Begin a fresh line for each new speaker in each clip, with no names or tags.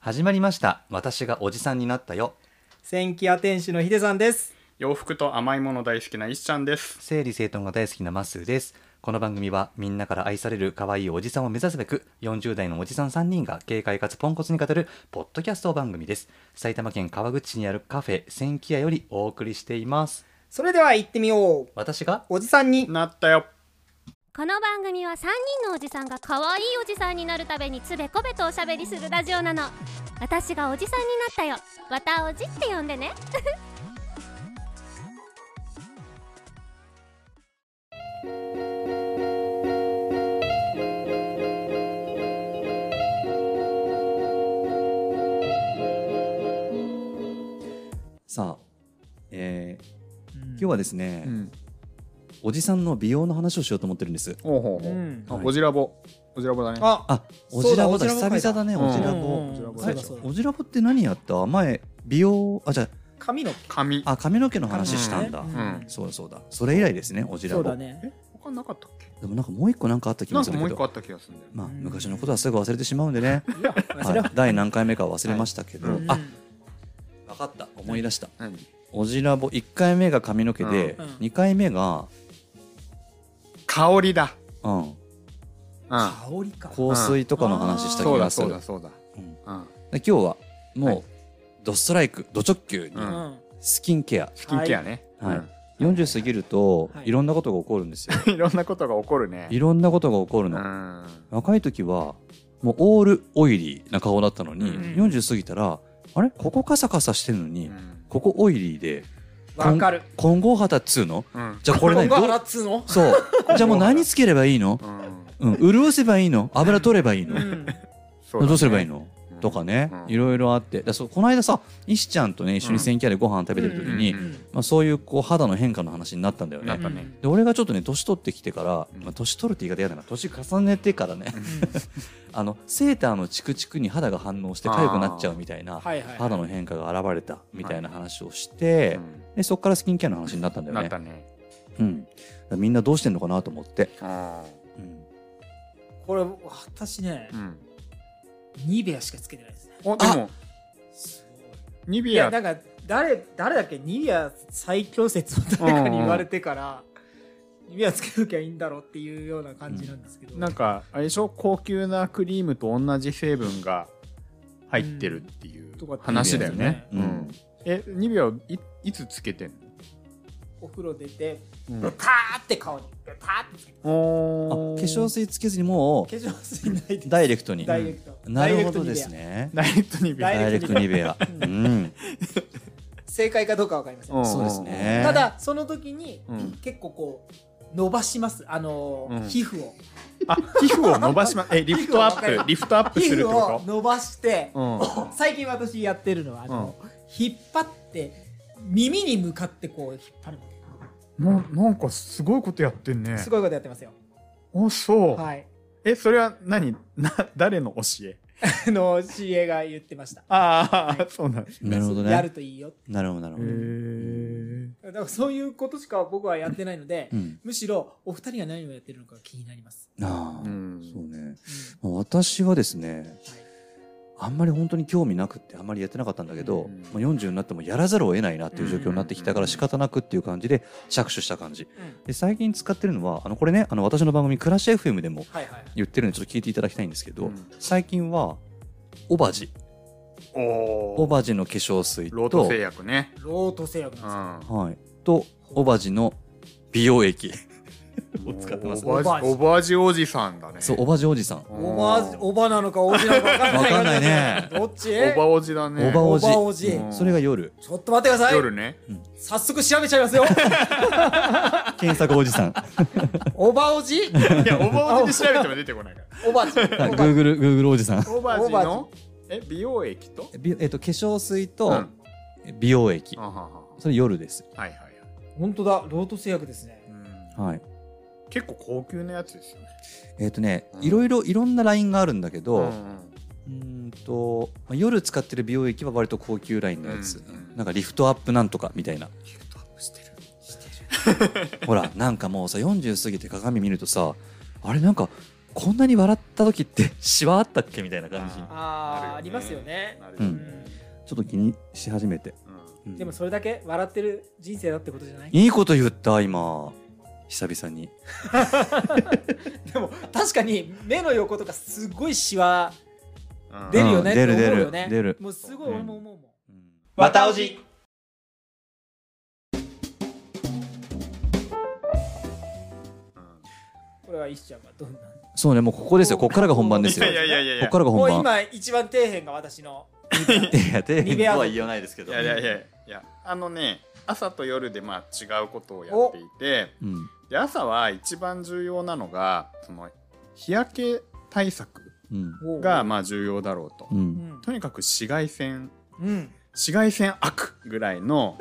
始まりました私がおじさんになったよ
千キア天使のヒデさんです。
洋服と甘いもの大好きなイシちゃんです。
整理整頓が大好きなマッスーですこの番組はみんなから愛される可愛いおじさんを目指すべく40代のおじさん3人が軽快かつポンコツに語るポッドキャスト番組です埼玉県川口市にあるカフェ千キ屋よりお送りしています
それでは行ってみよう。
私が
おじさんに。
なったよ。
この番組は3人のおじさんが可愛いおじさんになるためにつべこべとおしゃべりするラジオなの私がおじさんになったよわたおじって呼んでね
さあ、えー
今
今日はですね、
うん。
おじさんの美容の話をしようと思ってるんです
おうほうほう。
うん
あ、ゴジラボ。ゴジラボだね。
あ、
あお
そ
じ
うだ
らぼだ
おじらぼ
久
会だ
々だね
うん
おじら
う
ぼ
ん
こち
あ
ら
れ
こ
そうだそうだ
おじらぼって何やった前美容あじゃ
髪の
髪。
ああ髪の毛の話したんだ、
髪の毛
う
ね
ん
そうだそうだそれ以来ですねおじら
そう
ぼ、
だね。
え、他なかったっけ？
でもなんかもう一個なんかあった気
な
が
ん
す
か
る
もう
けど
一個あった気がするんだよね。
まあ
うん
昔のことはすぐ忘れてしまうんでね、
いや、そ
は
れ
い
は。
第何回目か忘れましたけど、
はい
あ分かった思い出した
何？
おじらぼ1回目が髪の毛で、
うん
二2回目が、
香りだ。
うん、
うん。
りか
香水とかの話した
そ
気
う
が
だ
す
そ
る
うだそうだ。
うん
うん。
で今日はもう、
はい
ドストライクド直球に
う
うんん。
スキンケア、
スキンケアね。
はい
うん
40過ぎると、
はい
い、ろんなことが起こるんですよ
いろんなことが起こるね。
いろんなことが起こる
う
の、
ん。
若い時はもうオールオイリーな顔だったのに、
うん
40過ぎたらあれここカサカサしてるのに、
うん
ここオイリーで
わかる。
混合肌っつうの
うん。
じゃあこれ何
が
どう
洗っつうの。
そうじゃあもう何つければいいの、
うん。
うん、潤せばいいの油取ればいいの、
うん。
そだね
どうすればいいの、
うん
とかね、
うん
いろいろあってだそうこの間さ石ちゃんとね一緒に千キャでご飯食べてる時に、
うん
まあ、そういうこう肌の変化の話になったんだよね、
なったね。
で俺がちょっとね年取ってきてから、
うん
まあ、年取るって言い方嫌だな年重ねてからね あのセーターのチクチクに肌が反応して痒くなっちゃうみたいな
はいはい。
肌の変化が現れたみたいな話をして、でそこからスキンケアの話になったん
う
だ
ん
よ
なっ
ね
た、ね。
うん、だからみんなどうしてんのかなと思って、
うん
うん
これ、私ね
う、ん。
ニベアしかつけてないですね。
おでもニ
い
ビ
や、
ア
なんか、誰、誰だっけ、ニベア最強説を誰かに言われてから。ニベアつけなきゃいいんだろうっていうような感じなんですけど。
なんかあれでしょ高級なクリームと同じ成分が入ってるっていう
とかって
話だよね。
うん
うんえニベアいいつつけてん
お風呂出て、
の
パ？ーって顔に、パーってつけて。
あ化
お
粧水つけずにも
化粧水ないで
う。ダイレクトに
ダイレクト。
なるほどです。ね
ダイレクトニベア。
ダイレクトニベア、う、
うん正解かどうかわかりません。
ん
そうですね
ただその時に
うん
結構こう伸ばします。あのー
うん
皮膚を
あ皮膚を伸ばしまえリフトア
皮膚を分か
ップリフトアップ
皮
するって
膚を
こ
伸ばして、
と？
最近私やってるのはあの、引っ張って耳に向かってこう引っ張る。
うん。ななんかすごいことやってんね
すごいことやってますよ。
おそう。
はい。
えそれは何 な誰の教え？
あの知り合いが言ってました。
ああ そうなんですね。
なるほど
や
ね
るといいよ。
なるほどなるほど、
へ
だからそういうことしか僕はやってないので、
うん、
むしろお二人が何をやってるのか気になります。
ああ、
え。
そうね
うん
まあ私はですね
はい
あんまり本当に興味なくってあんまりやってなかったんだけど、
うん
まあ、40になってもやらざるを得ないなっていう状況になってきたから仕方なくっていう感じで着手した感じ
うん
で最近使ってるのはあのこれねあの私の番組「暮らし FM」でも
はいはい。
言ってるんでちょっと聞いていただきたいんですけど、
うん
最近はオバジ
おお。
オバジの化粧水
ロート
と
製薬ね。
ロート製薬なん
う
ですよ。
ん。
はい、とオバジの美容液を使ってます
おばあじおばあじおじさんだね。
そうオバジおじさ ん
おば
お
おばなのかおじなのか分かんない
わかんないね
どっち
ばおじだね。
おばおじ
おばおじ
うんそれが夜
ちょっと待ってください
夜ね。
早速調べちゃいますよ
検索おじ さん
おばおじ
いや、おばおじで調べても出てこないから。
おばじ
あ Google, Google おじさん
おばおじ
おば
のえ美容液と
びえっと化粧水
う
と
ん
美容液、
あはは
それ夜です
はいはいはい。
本当だロート製薬ですね
うん
はい
結構高級なやつですよね。
えっ、とね、
うん
いろいろいろんなラインがあるんだけど、
う
うんーんとまあ夜使ってる美容液は割と高級ラインのやつ、
うん
なんかリフトアップなんとかみたいな
リフトアップしてる。
ほらなんかもうさ40過ぎて鏡見るとさあれなんかこんなに笑った時ってシワあったっけみたいな感じち
あ
ああ、あ
なるよね
りますよね。
なる
う
よ
ん
ね
ょっと気にし始めて、
う
うん
でもそれだけ笑ってる人生だってことじゃない
いいこと言った今久々に
でも確かに目の横とかすごいシワ
ん
出るよねって
うん出る
思うよね。
出る出る
もうすごい俺も思うもん。
わたおじ
うん
これは石ちゃんがどんな。
そうねもうここですよここからが本番です
い
よ
やいやいやいやい
こ
や
こからが
もう
本番
今一番底辺が私の。
いやで
ニベア
とは言わないですけ
い
ど
やいやいやいやあのね朝と夜でまあ違うことをやっていて
うん
で朝は一番重要なのがその日焼け対策
うん
がまあ重要だろうと、
う
うんん
とにかく紫外線
うん。
紫外線悪ぐら いの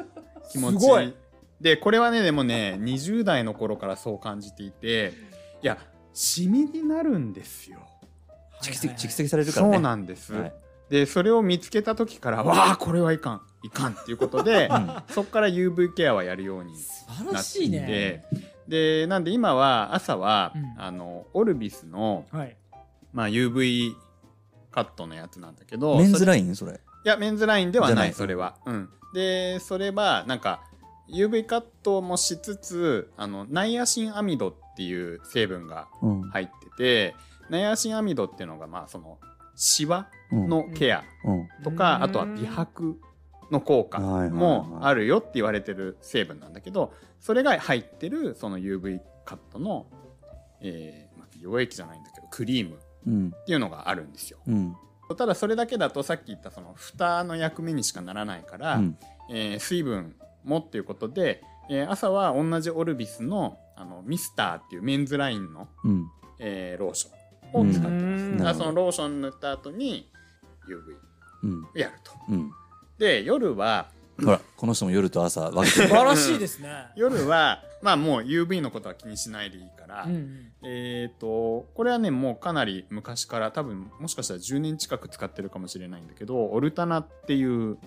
気持ち
すごい
でこれはねでもね20代の頃からそう感じていていやシミになるんですよ、
蓄積蓄
はい
積されるからね
そうなんです、
はい
でそれを見つけた時からわあこれはいかんいかんっていうことで、
う
そこから UV ケアはやるように
はいはい素晴
な
ら
って
しい
いて、
ね。
でなんで今は朝は、
うん
あのオルビスの、
はい。
まあ、UV カットのやつなんだけど
メンズ
それ
ラインそれ
いやメンズラインではない
じゃない
それは、うん、でそれはなんか UV カットもしつつあのナイアシンアミドっていう成分が
うん
入っててナイアシンアミドっていうのがまあそのシワのケア、
うん
とか、
うん
あとは美白の効果
はいはいはい
もあるよって言われてる成分なんだけど、それが入ってるその UV カットの、えーまあ美容液じゃないんだけど、クリームっ
うん
ていうのがあるんですよ。
うん
ただそれだけだとさっき言ったその蓋の役目にしかならないから、
うん
えー水分もっていうことで、えー朝は同じオルビスのあのミスターっていうメンズラインの、
うん
えーローションを使ってます。
うん
だから
なるほど
そのローション塗った後に UV
うん
をやると。
うん
で夜は
ほらこの人も夜と朝分けて
素
る
晴らしいですね。
夜はまあもう UV のことは気にしないでいいから、
うん
えっ、とこれはねもうかなり昔から多分もしかしたら10年近く使ってるかもしれないんだけどオルタナっていう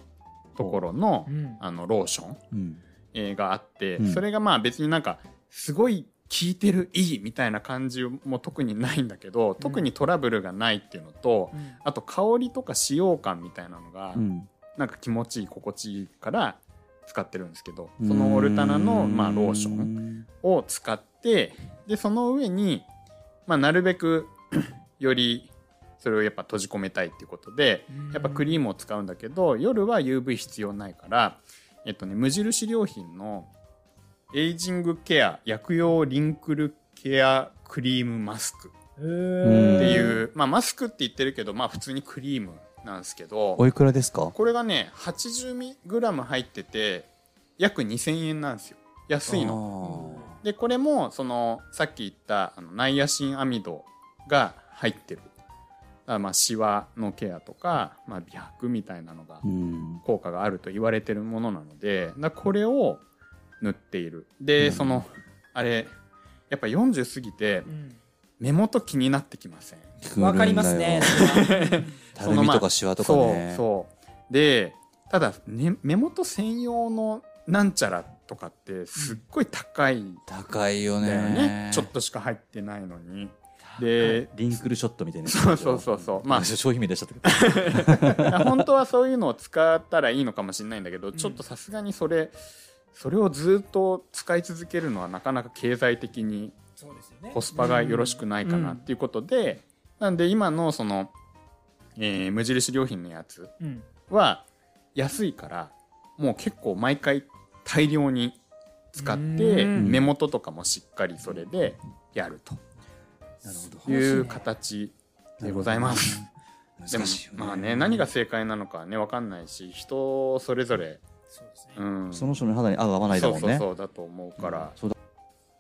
ところの,、
うん。
あのローション、
うん
えーがあって、
うん
それがまあ別になんかすごい効いてるいいみたいな感じも特にないんだけど特にトラブルがないっていうのと、
うん
あと香りとか使用感みたいなのが、
うん
なんか気持ちいい心地いいから使ってるんですけど
うん
そのオルタナの、まあ、ローション
ン
を使ってでその上に、まあ、なるべく よりそれをやっぱ閉じ込めたいっていうことで
うん
やっぱクリームを使うんだけど夜は UV 必要ないから、えっとね、無印良品のエイジングケア薬用リンクルケアクリームマスク
って
っ
い
ていう、まあ、マスクって言ってるけど、まあ、普通にクリームなんですけど
おいくらですか
これがね 80g 入ってて約2000円なんですよ安いの。
の
でこれもそのさっき言ったあのナイアシンアミドが入ってるだからまあシワのケアとか、まあ、美白みたいなのが
うん
効果があると言われてるものなのでだからこれを塗っているで、
うん
そのあれやっぱ40過ぎて
うん
目元気になってきません
わかりますね。
たるみとかシワとかね
そうそうでただ、ね、目元専用のなんちゃらとかってすっごい高いん
高いよ
だよ
ね
ねちょっとしか入ってないのに
で
で
リンクルショットみたいな
そうそうそうそうま
ま
あ
あ商品名出しちゃったけ
本当はそういうのを使ったらいいのかもしれないんだけど、
ん
ちょっとさすがにそれそれをずっと使い続けるのはなかなか経済的に
そうですよね
コスパがよろしくないかなっていうことで、なんで今のその、えー無印良品のやつ
うん
は安いからもう結構毎回大量に使っ
う
て
ん
目元とかもしっかりそれでやると
なるほど
いう形でございます。
ど
でも
難しいよ
まあね何が正解なのかはね分かんないし人それぞれ、
そうですね
うん、
その人の肌に合う合わないだもん
そうそう
ね
そうだと思うから、
そうだ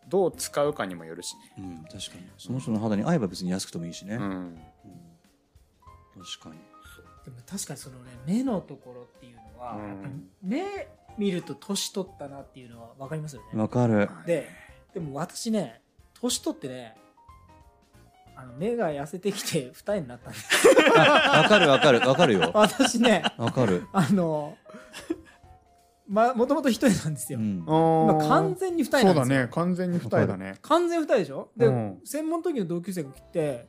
どう使うかにもよるしね、
うん確かにその人の肌に合えば別に安くてもいいしね
うん、
うん確かに
でも確かにそのね目のところっていうのは、
うん
やっぱり目見ると年取ったなっていうのは分かりますよね。
わかる
ででも私ね年取ってねあの目が痩せてきて二重になったんです
わかるわかるわかるよ
私ね
わかる
あのま、もともと一重なんですよ。
うん
今
今
完全に二重
そ
な
うん
で
だ
すよ。
ね完全に二重だね
完全二重でしょで、
うん
専門の時の同級生が来て、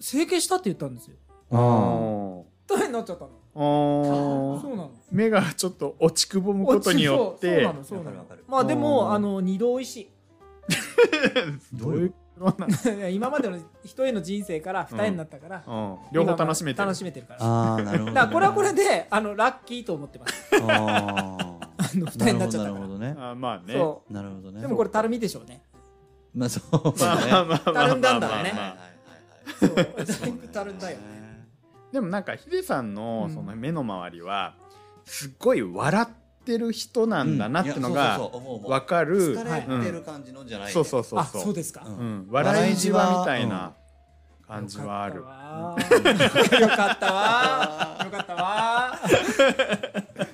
整形したって言ったんですよ。
うん
二重になっちゃったの。
あー
そうなの。
目がちょっと落ちくぼむことによっ
そう
て
なの、そうな
わかるわ
の
かる。
まあで
うん
も、あの、二度おいしい。
どういうことなの
いや今までの一重の人生から二重になったから、
うん 両方楽しめてる
楽しめてるから。だか
ああなるほど、
らこれはこれで、あの、ラッキーと思ってます。
あー
あの、二重になっちゃっ
なる
たか
ほ
ら。
どね
あーまあね
そ
なるほどね
う。でもこれ、たるみでしょうね。
まあそう
まあまあ
ね
まあまあ
たるんだんだね
まあまあ
そう。だいぶたるんだよね。
でもなんかヒデさんの
うん
その目の周りはすっごい笑ってる人なんだなってのが分
か
かる
疲れてる感じのんじゃない、
そうそううそう
あ、
そう
そうですか。
ん
うん笑いじわみたい
うん
な感じはある
よかったわー。よかったわー。よかったわ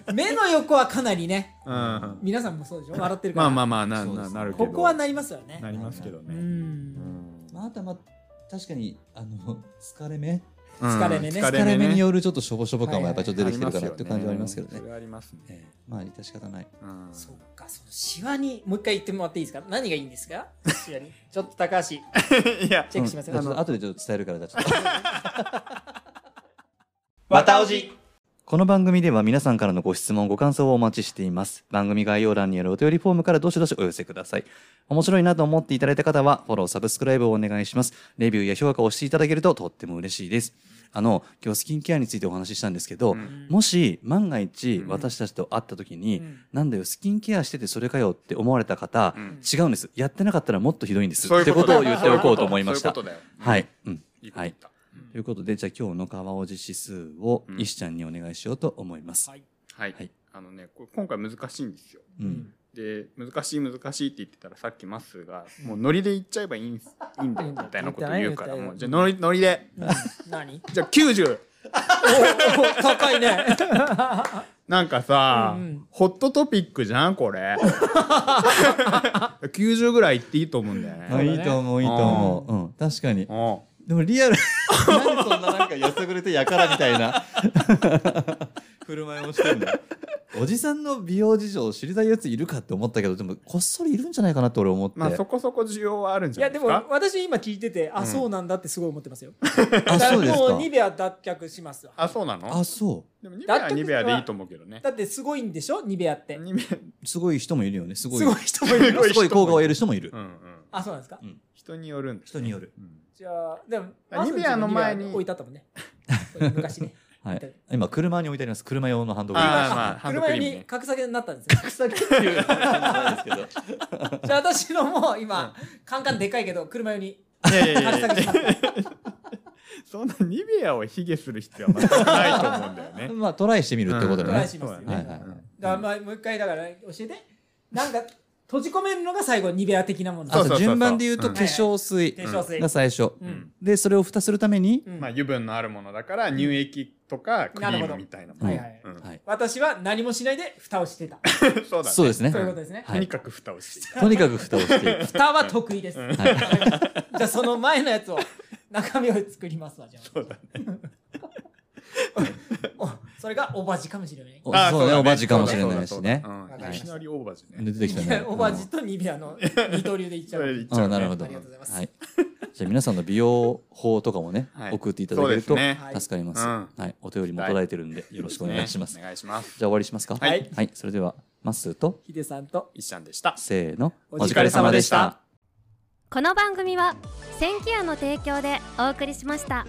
ー。目の横はかなりね、
うんま
皆さんもそうでしょ笑ってるから。
あまあまあな
そうで
な
すね
なるけど
ここはなりますよね。
なりますけど
う
ね
ん。
まああとはまあ確かにあの疲れ目
疲れ目ね
疲れ目に
よ
よるちょっとしょぼしょぼ感はやっぱちょっと出てきてるかなっていう感じはありますけどね
それはありますね
ええまあ致し方ない
うん
そっか、そのシワに、もう一回言ってもらっていいですか何がいいんですかシワに。ちょっと高橋、チ
いや
ェックします
うん
よ
あ。の後でちょっと伝えるからじゃあちょっと
またおじ。
この番組では皆さんからのご質問、ご感想をお待ちしています。番組概要欄にあるお便りフォームからどしどしお寄せください。面白いなと思っていただいた方は、フォロー、サブスクライブをお願いします。レビューや評価をしていただけるととっても嬉しいです。あの、今日スキンケアについてお話ししたんですけど、
うん
もし万が一
うん
私たちと会った時に、
うん
なんだよ、スキンケアしててそれかよって思われた方、
うん
違うんです。やってなかったらもっとひどいんです。
そう
っ
いう
て
こ
ことと
だ
を言っておこうと思いました
そう。うことだよ
はい。うん。
いいこと言った
ということで、じゃあ今日の川尾指数を
うん
石ちゃんにお願いしようと思います。
はい。
はい、
はい
あのねこれ今回難しいんですよ
うん。
で難しい難しいって言ってたらさっきまっすーがもうノリで言っちゃえばいいんすいいんだよみたいなこと言うからもうじゃあノリノリで
何
じゃあ90
おお高いね。
なんかさ、
うんうん
ホットトピックじゃんこれ90ぐらい言っていいと思うんだよね、
あいいと思う、いいと思う。うん。確かに。
うん
でもリアル。何そんななんかやさぐれてやからみたいな振る舞いをしてんだよ。おじさんの美容事情を知りたいやついるかって思ったけど、でもこっそりいるんじゃないかなって俺思って。
まあそこそこ需要はあるんじ
い
ゃな
やで
いで
も
すか
私今聞いてて、
うん
あ、そうなんだってすごい思ってますよ。
あ、そうです
もう
か
ニ。ベア脱却しますわ
あそうなの
あ、そ
でもニベアはニベアでいいと思うけどね
だってすごいんでしょニベアって。
ニベ
う。すごい人もいるよね。すごい。
すごい人もい
す
る。
ごい人
すごい効果を得る人もいる
アう。んうん
あ、そうなんですか
人によるんだ、
人による。
うん
じゃあ、でも、
あニベアの前に
ニベア置いてあったもんね。 昔ね。
はい。今、車に置いてあります。車用のハンドクリーム。
あーまあ ハンド
車
クリ
屋
ーム
に
ね
格下げになったんですよ。 格下げっていう。じゃあ私のもう今、カンカンでかいけど、車用に
いやいや
格
いや
下げ
い
し
や
た。
そんなニベアを卑下する必要は全くないと思うんだよね
まあ、トライしてみるってこと
ト
だ
ライ
ね
し。ますよ
は
ね
いはいはい。
だからまあもう一回だから教えて。なんか、閉じ込めるのが最後、ニベア的なもの。
あ
そう
と順番で言うと
うん
化粧水
化粧水。
が最初。
うん
で、それを蓋するために、
うん
まあ油分のあるものだから乳液とかクリ
なる
ー
ほ
ム
ど
みたいなも
は
の、
いはい。
うん
はい。
私は何もしないで蓋をしてた。
そうだね
そうですね
そういうことですね。
は
と
い
にかく蓋をしていた
とにかく蓋をしてい く。
蓋は得意です。わかりました じゃあその前のやつを、中身を作りますわ、じゃあ。
そうだね
おそれがおばじかもしれない。
お
あ
そうね、
だ
おばじかもしれないしね
そ。うだそうだそう
は
だうん
い
いきなり大ばじ
出
ね
てきた
い
ね
や。おばじとニベアの二刀流でいっち
そ
ゃ う
れ。でいっちゃ
あ
うね
なるほど。
ありがとうございます
はい。じゃあ皆さんの美容法とかもね
は、い
送っていただけると
そうです
ね
助かります。
う
はい。お便りも届いてるんで、よろしくお願いします。じ
ねお願いします
ゃあ終わりしますか
はい
はい。それでは、まっすーと、
ヒデさんと
一ちゃんでした
せーの、
お疲れ様でした。
この番組はセンキュアの提供でお送りしました。